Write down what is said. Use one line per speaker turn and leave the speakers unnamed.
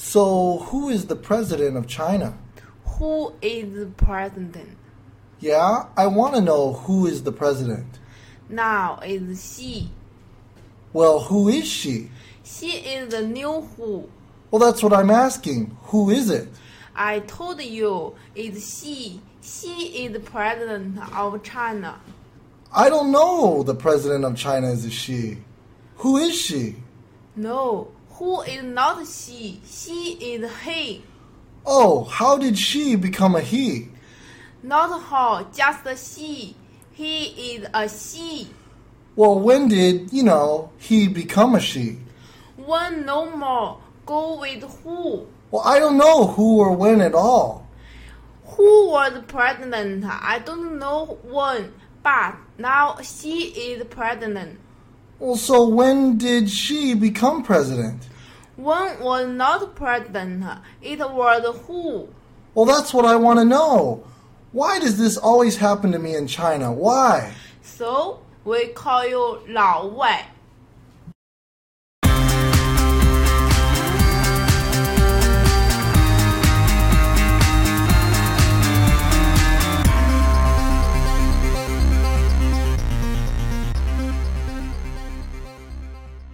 So, who is the president of China?
Who is the president?
Yeah, I want to know who is the president.
Now is she.
Well, who is she?
She is the new who.
Well, that's what I'm asking. Who is it?
I told you is she. She is the president of China.
I don't know the president of China is a she. Who is she?
No, who is not she? She is he.
Oh, how did she become a he?
Not her, just she. He is a she.
Well, when did, you know, he become a she?
One no more. Go with who?
Well, I don't know who or when at all.
Who was pregnant? I don't know when, but now she is pregnant.
Well, so when did she become president?
One was not pregnant. It was who?
Well, that's what I want to know. Why does this always happen to me in China? Why?
So we call you 老外。